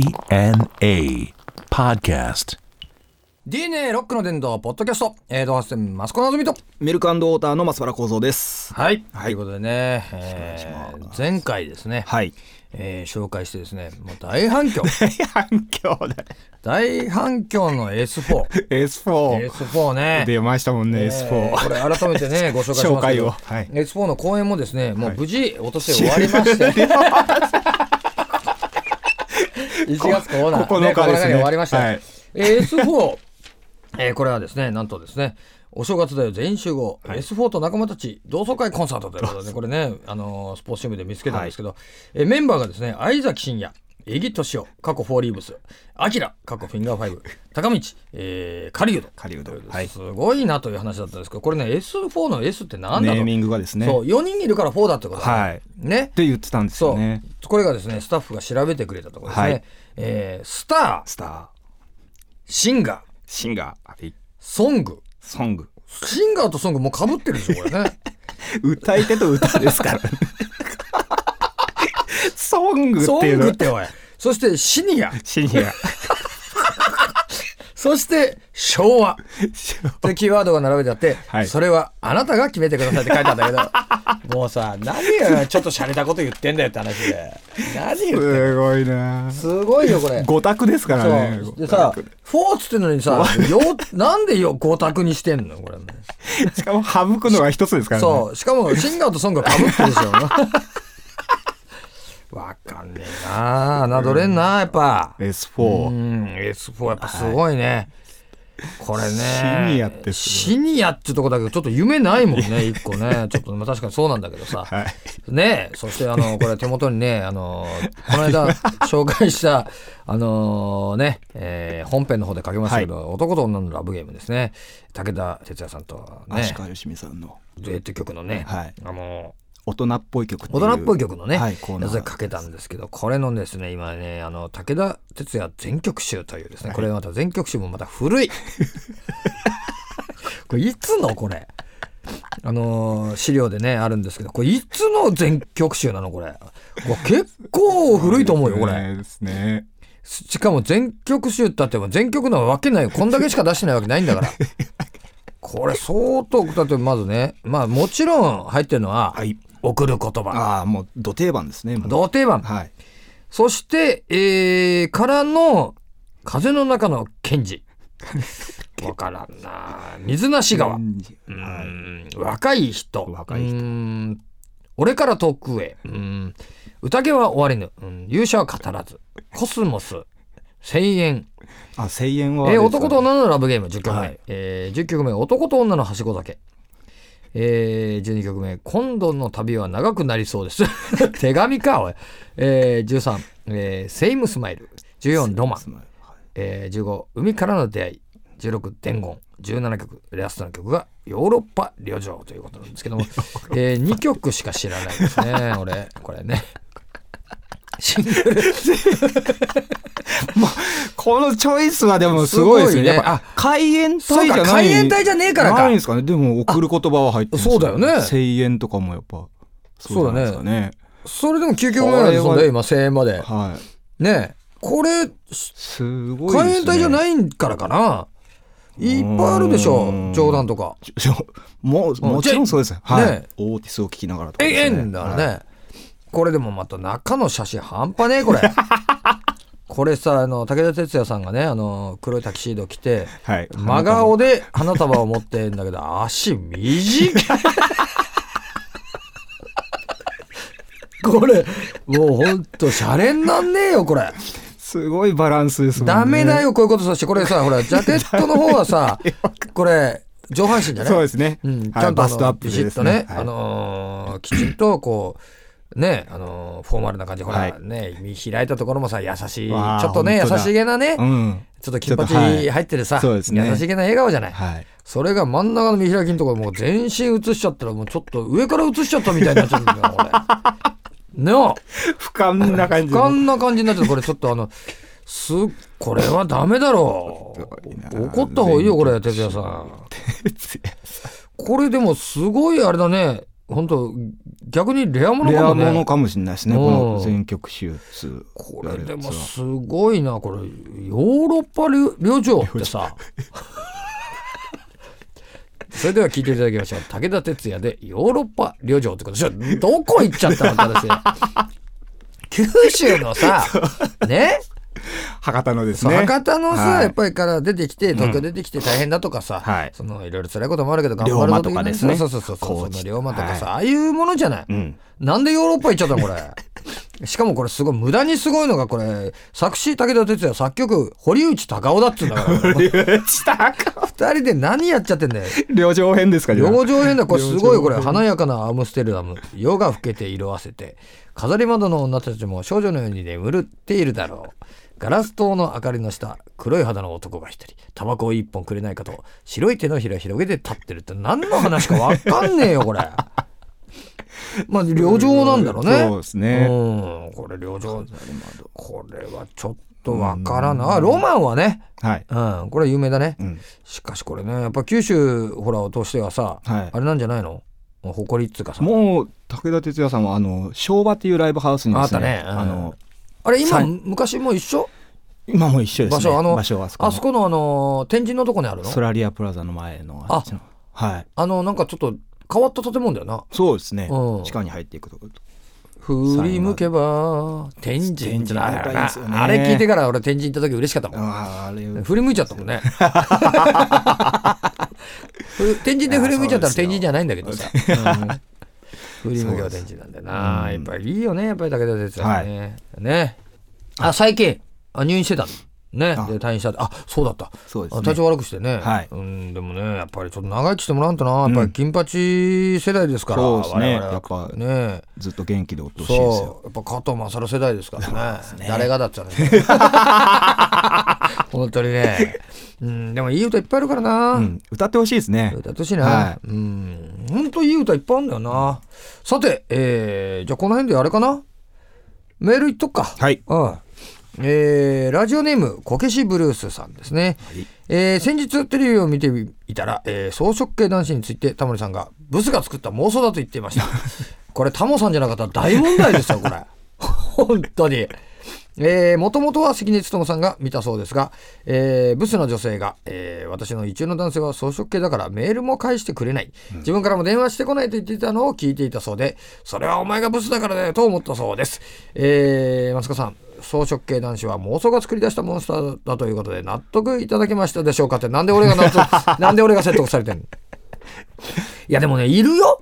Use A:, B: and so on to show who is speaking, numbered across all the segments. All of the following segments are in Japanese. A: DNA Podcast.
B: DNA ロックの伝道ポッドキャスト、えー、ドハステンマスコナズミと。
C: ミルクウォーターの松原幸三です。
B: はい、
C: はい
B: ということでね、え
C: よろしくお願いし
B: ー
C: ます
B: 前回ですね、
C: はい。
B: えー紹介してですね、もう大反響、
C: 反響だ。
B: 大反響の S4、
C: S4。
B: S4 ね。
C: 出ましたもんね、
B: えーこ
C: S4。
B: れ改めて ねご紹介しますけど
C: 紹介をはい
B: S4 の公演もですねもう無事お年終わりまして、1月コーナー
C: こ9日ですね
B: に終わりました、
C: はい
B: えー S4、えーこれはですねなんとですねお正月だよ全員集合、S4 と仲間たち同窓会コンサートということで、ね、これね、あのースポーツチームで見つけたんですけど、えーメンバーがですね相崎真也江木敏夫過去フォーリーブスアキラ過去フィンガーファイブ高道、えー、狩人
C: 狩人
B: という
C: はい
B: すごいなという話だったんですけどこれね S4 の S ってなんだ
C: ネ
B: と
C: ーミングがですね。
B: そう
C: っ
B: 4人いるから4だってことだ
C: はい
B: ね
C: て言ってたんです
B: そ
C: よ
B: う、
C: ね。
B: これがですねスタッフが調べてくれたところですね、
C: はい
B: えースター
C: スター、
B: シンガー
C: シンガー、はい
B: ソング
C: ソング。
B: シンガーとソングもうかぶってるでしょこ れね
C: 歌い手と歌ですからね。ソングっ
B: ソ
C: てい
B: ン
C: う
B: グ
C: の
B: っておいそしてシニア
C: シニア。
B: そして昭 和ってキーワードが並べてあって、
C: はい
B: それはあなたが決めてくださいって書いてあったんだ けどもうさ何がちょっと洒落たこと言ってんだよって話で何言 って
C: すごいな。
B: すごいよこれ
C: 五択ですからね
B: そう。でさフォーツっての にさよなんでよ五択にしてんのこれ、
C: しかも省くのが一つですからね。
B: そうしかもシンガーとソングがかぶってるでしょ わかんねえなあ侮れんなやっぱう
C: S4。
B: ん S4 やっぱすごいね、これね
C: シニアってす
B: シニアってとこだけどちょっと夢ないもんね一個ねちょっとまあ確かにそうなんだけどさ、
C: はい。
B: ねえそしてあ のこれ手元にねあのこの間紹介したあのね、えー本編の方で書きましたけど、男と女のラブゲーム」ですね武田鉄矢さんとね
C: 足利義美さんの
B: デュエット曲のね、
C: はい
B: あの
C: 大人っぽい曲て
B: 大
C: う
B: 人っぽい曲のね、
C: はい、コーナ
B: や
C: ー
B: つでかけたんですけどこれのですね今ねあの武田鉄矢全曲集というですね、これまた全曲集もまた古い これいつのこれあのー資料でねあるんですけどこれいつの全曲集なのこれこれ結構古いと思うよこれ
C: ですね。
B: しかも全曲集ってあっても全曲なわけないよこんだけしか出してないわけないん だからこれ相当だってまずねまあもちろん入ってるのは「
C: はい。
B: 送る言葉
C: ああ、もう、土定番ですね。」もう
B: 同定番
C: はい。
B: そして、えー、からの、風の中の賢 治。わからんな水無し川。うーん若い人。
C: 若い人
B: うーん俺から遠くへ。うーん宴は終わりぬ。うん勇者は語らず。コスモス。千円。
C: あ、声援
B: え
C: は、
B: ー男と女のラブゲーム10曲目。
C: はい
B: えー10曲目、男と女のはしご酒。えー、12曲目、今度の旅は長くなりそうです。 手紙か、おい。えー、13、えーセイムスマイル。14、ロマン。えー、15、海からの出会い。16、伝言。17曲、ラストの曲が、ヨーロッパ旅情ということなんですけ ども、えー、2曲しか知らないですね、俺、これね。シングル
C: このチョイスはでもすごいですね。
B: すごいね
C: やっぱ
B: あ
C: 海援隊じゃ
B: そう
C: ない。
B: か、海援隊じゃねえから
C: ない
B: か
C: んで。すかね。でも、送る言葉は入ってます
B: そうだよね
C: 声援とかもやっぱ、じゃないですかね。
B: それでも9曲目なんですもん
C: こ
B: ね、
C: れは
B: 今、1000円まで。
C: はい。
B: ねえこれ、し
C: すごいですね。
B: 海援隊じゃないいからかな。いっぱいあるでし
C: うー
B: ょ、
C: ん
B: 冗談とか。
C: もう、もちろんそうです。は
B: ね
C: い。オーティスを聞きながらとか
B: え
C: ですね。
B: えんだからね、
C: はい。
B: これでもまた中の写真半端ねえ、こ れ。これさ、あの、武田鉄矢さんがね、あの、黒いタキシード着て、
C: はい。
B: 真顔で花束を持ってんだけど、足短い。これ、もうほんと、シャレになんねえよ、これ。
C: すごいバランスですもんね。
B: ダメだ。よ、こういうことさして、これ さ、ほら、ジャケットの方はさ、これ、上半身じゃない
C: そうですね。
B: うん、ち
C: はい
B: ゃんとあ
C: バストアッ
B: の
C: プ
B: ビ
C: で
B: シ
C: で
B: ッ
C: す
B: とね、
C: はい
B: あのーきちんとこう、ね、あのーフォーマルな感じ、ほ
C: は
B: ら
C: い
B: ね、見開いたところもさ、優しい、ち
C: わあ
B: ょっとね、優
C: 本当だ
B: しげなね、
C: うん。
B: ちょっと金
C: ちょっとは
B: 髪
C: い
B: 入ってるさ、
C: そうですね
B: 優しげな笑顔じゃない。
C: はい。
B: それが真ん中の見開きのところ、もう全身映しちゃったら、もうちょっと上から映しちゃったみたいになっちゃうんだよ、 俺。ねあ
C: 俯瞰な感じ
B: こんな感じになってるこれちょっとあのすこれはダメだろう
C: ひどいな
B: 怒った方がいいよこれ哲也さんこれでもすごいあれだね本当逆にレアもの
C: レ
B: か
C: ア
B: も
C: もの
B: ね
C: かもしれないですね、
B: うん
C: この全曲手術。
B: これでも
C: やるやつ
B: すごいなこれヨーロッパ領領長ってさ それでは聞いていただきましょう武田鉄矢でヨーロッパ領長ってことじゃどこ行っちゃったの私九州のさね
C: は博多のです
B: そう
C: ね。
B: 博多のさ、
C: はい
B: やっぱりから出てきて東京出てきて大変だとかさ、
C: はい
B: そのいろいろ辛いこともあるけど頑
C: 龍
B: 張る
C: 馬
B: ぞ
C: とかですね
B: そうそうそうそう
C: 高
B: そ
C: 知
B: の龍馬とかさ、ああいうものじゃない、
C: ん
B: なんでヨーロッパ行っちゃったのこ れしかもこれすごい無駄にすごいのがこれ作詞武田鉄矢作曲堀内孝雄だっつうんだから これ二人で何やっちゃってんだよ
C: 両上編ですかじゃあ
B: 洋上編だこれすごいよこれ華やかなアムステルダム夜が更けて色あせて飾り窓の女たちも少女のように眠っているだろうガラス塔の明かりの下黒い肌の男が一人タバコを一本くれないかと白い手のひら広げて立ってるって何の話か分かんねえよ これまあ旅情なんだろうね
C: そうですね
B: うんこれ旅情これはちょっと分からないあロマンはね
C: はい。
B: うんこれ有名だね、
C: ん
B: しかしこれねやっぱ九州ほらを通してはさ、
C: はい
B: あれなんじゃないのもう誇りっつうかさ
C: もう、武田鉄矢さんは、あの、昭和っていうライブハウスにです
B: あっ
C: ね、
B: たねうん
C: あの、
B: あれ今
C: さい
B: 昔も一緒
C: 今も一緒です
B: 場
C: ね。
B: 所あの
C: はあそこの
B: あそこのあの天神のとこにあるの
C: ソラリアプラザの前の
B: あ
C: あっちの。はい。
B: あのなんかちょっと変わった建物だよな
C: そうですね
B: うん。
C: 地下に入っていくところ。
B: 振り向けば天神ってな
C: 天神高いんですよね
B: あれ聞いてから俺天神行った時嬉しかったもん
C: ああ、あれ。
B: 振り向いちゃったもんねふ天神で振り向いちゃったら天神じゃないんだけどさ、 うん振り向けば天神なんだよな、やっぱりいいよねやっぱり武田鉄矢ね、ねあ最近あ入院してたのね
C: あ
B: で退院したってあそうだった
C: そうです
B: あ
C: ね
B: 体調悪くしてね、
C: はい
B: うん、でもねやっぱりちょっと長生きしてもらわんとなやっぱり金八世代ですから、
C: そうです
B: 我
C: ね
B: 々は
C: やっぱ
B: ね
C: ずっと元気でおってほしいですよ。
B: そうやっぱ加藤勝世代ですからね誰がだっちゃう ね本当にね、うん、でもいい歌いっぱいあるからな、
C: うん。歌ってほしいですね。
B: 歌ってほしいな、
C: は
B: うん本当いい歌いっぱいあるんだよなさて、えーじゃあこの辺であれかなメールいっとくか
C: はい
B: うんえーラジオネームこけしブルースさんですね、えー先日テレビを見ていたら、えー草食系男子についてタモリさんがブスが作った妄想だと言っていま したこれタモさんじゃなかったら大問題ですよこれ本当にえー、もともとは関根勤さんが見たそうですが、えーブスの女性が、えー私の一中の男性は草食系だからメールも返してくれない、自分からも電話してこないと言っていたのを聞いていたそうでそれはお前がブスだからだよと思ったそうです、えー、松子さん草食系男子は妄想が作り出したモンスターだということで納得いただけましたでしょうかってなんで俺が納得なんで俺が説得されてんのいやでもねいるよ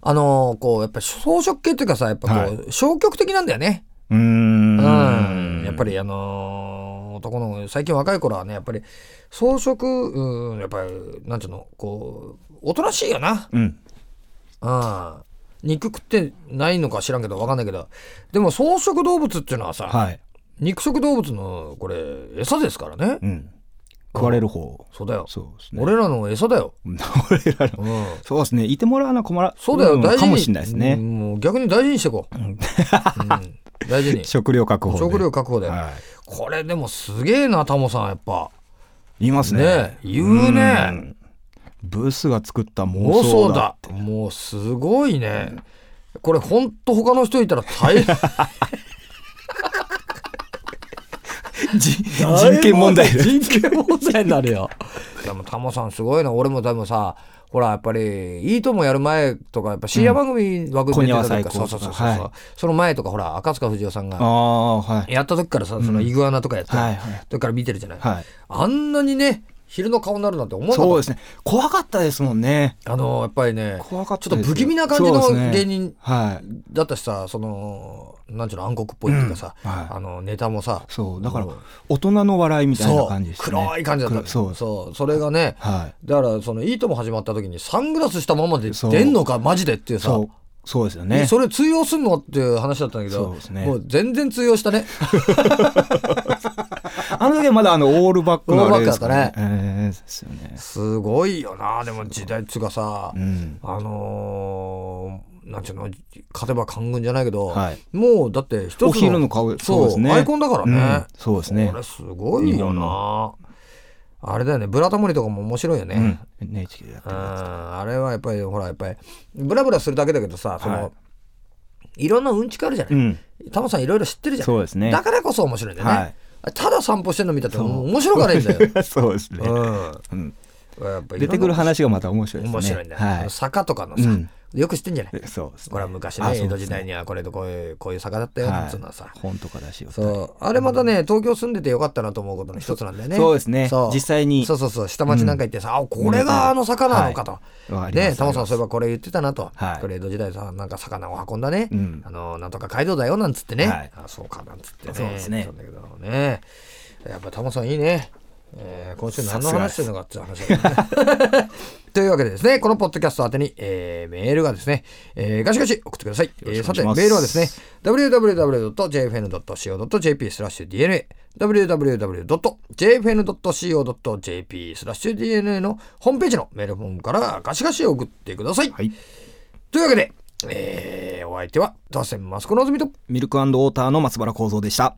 B: あのーこうやっぱり草食系っていうかさやっぱこう、消極的なんだよね
C: うーん。
B: うん、やっぱりあのー男の子最近若い頃はねやっぱり装飾うんやっぱりなんていうのこうおとなしいよな
C: うん。
B: うん肉食ってないのか知らんけどわかんないけどでも草食動物っていうのはさ、
C: はい。
B: 肉食動物のこれ餌ですからね、
C: うん。食われる方。
B: そうだよ
C: そうですね。
B: 俺らの餌だよ、
C: 俺らの。
B: うん、
C: そうですね。いてもらわな困ら。
B: そうだよ、
C: ん
B: 大事に
C: かもしれないです
B: う
C: ね。
B: んもう逆に大事にしていこう、うん大 事に
C: 食料確保で。
B: 食料確保で、
C: は
B: これでもすげえなタモさんやっぱ
C: い。いますね
B: ね。言うね
C: うん。ブスが作った妄
B: 妄想
C: 想だ
B: だ。もうすごいね、これほんと他の人いたら大 変
C: 人人権問題で。
B: 人権問題になるよでもタモさんすごいな俺もでもさほらやっぱり「いいとも!」やる前とかやっぱ深夜番組枠に出てた
C: 今夜は最
B: りと
C: 高
B: か、そうそう
C: と
B: そう
C: か
B: そう、
C: はい
B: その前とかほら赤塚不二夫さん
C: あ
B: が
C: あ、はい。
B: やった時からさそのイグアナとかやって
C: は
B: た
C: いはい。
B: 時から見てるじゃない、
C: はい。
B: あんなにね昼の顔になるなんて思わなかった
C: そうですね。怖かったですもんね。
B: あのやっぱりね
C: 怖かった
B: ちょっと不気味な感じの
C: そうですね
B: 芸人
C: はい。
B: だったしさそのなんちゅうの暗黒っぽいっていうかさ、
C: うんはい
B: あのネタもさ
C: そう。だから
B: うん、
C: 大人の笑いみたいな感じですね。
B: 黒い感じだったの
C: 黒そうです。
B: そうそれがね
C: はい。
B: だからその「いいとも!」始まった時にサングラスしたままで
C: そう
B: 出んのかマジでっていうさ
C: そう。そうですよね。
B: それ通用すんのっていう話だったんだけ
C: そ
B: ど
C: うですね
B: もう全然通用したね
C: あの時はまだあのオールバックのあれですから
B: オールバック
C: ええですよね。
B: すごいよなでも時代っつうかさ、
C: うん。
B: あのーなんちゅうの勝てば官軍じゃないけど、
C: はい
B: もうだって一つの
C: お昼の顔
B: そうアイコンだからね、
C: うんそうですね
B: これ。すごいよな。あれだよね、ブラタモリとかも面白いよね。
C: うん、NHK でやって
B: うん
C: るや
B: あれはやっぱりほらやっぱりブラブラするだけだけどさその、、
C: はい
B: ろんなうんちくあるじゃ
C: つ。
B: な
C: う
B: い、
C: ん、
B: タモさんいろいろ知ってるじゃん
C: そうですね
B: だからこそ面白いんだよね、
C: はい
B: ただ散歩してるの見たってもう面白くないんだよ、
C: そうですね。うん
B: うん、やっぱいろんな
C: 出てくる話がまた面白いですね。
B: 面白いんだよ、あ
C: は
B: の坂とかの
C: い。
B: さ、
C: うん、
B: よく知ってんじゃない
C: でそうですね。
B: ほら昔
C: あ
B: ね
C: そう
B: 江
C: です
B: 戸時代にはこれとこういうこういう坂だったよなんつうのはさ、
C: はい、本とかだしよ。
B: そうあれまたね、東京住んでてよかったなと思うことの一つなんだよね。
C: そうですね
B: そう
C: 実際に
B: そうそうそう、下町なんか行ってさ、あ、これがあの坂なのかと。
C: いわかります
B: ね、タモさんそういえばこれ言ってたなと。
C: はい
B: これ江戸時代さ、なんか魚を運んだね。
C: うん
B: あの、なんとか街道だよなんつってね。
C: はい
B: あ、そうかなんつってね。
C: そうですね
B: 言ってたんだけどね。やっぱタモさんいいね。えー今週何の話してるのかっていう話だけどねというわけでですね、このポッドキャスト宛てに、えーメールがですね、えーガシガシ送ってください。え
C: ろし
B: ー
C: くお
B: さ
C: 願い
B: て、
C: します
B: メールはですね、www.jfn.co.jp スラッシュ DNA、www.jfn.co.jp スラッシュ DNA のホームページのメールフォームからガシガシ送ってください。
C: はい。
B: というわけで、えーお相手は、ダセンマスコのズミと、
C: ミルクウォーターの松原幸三でした。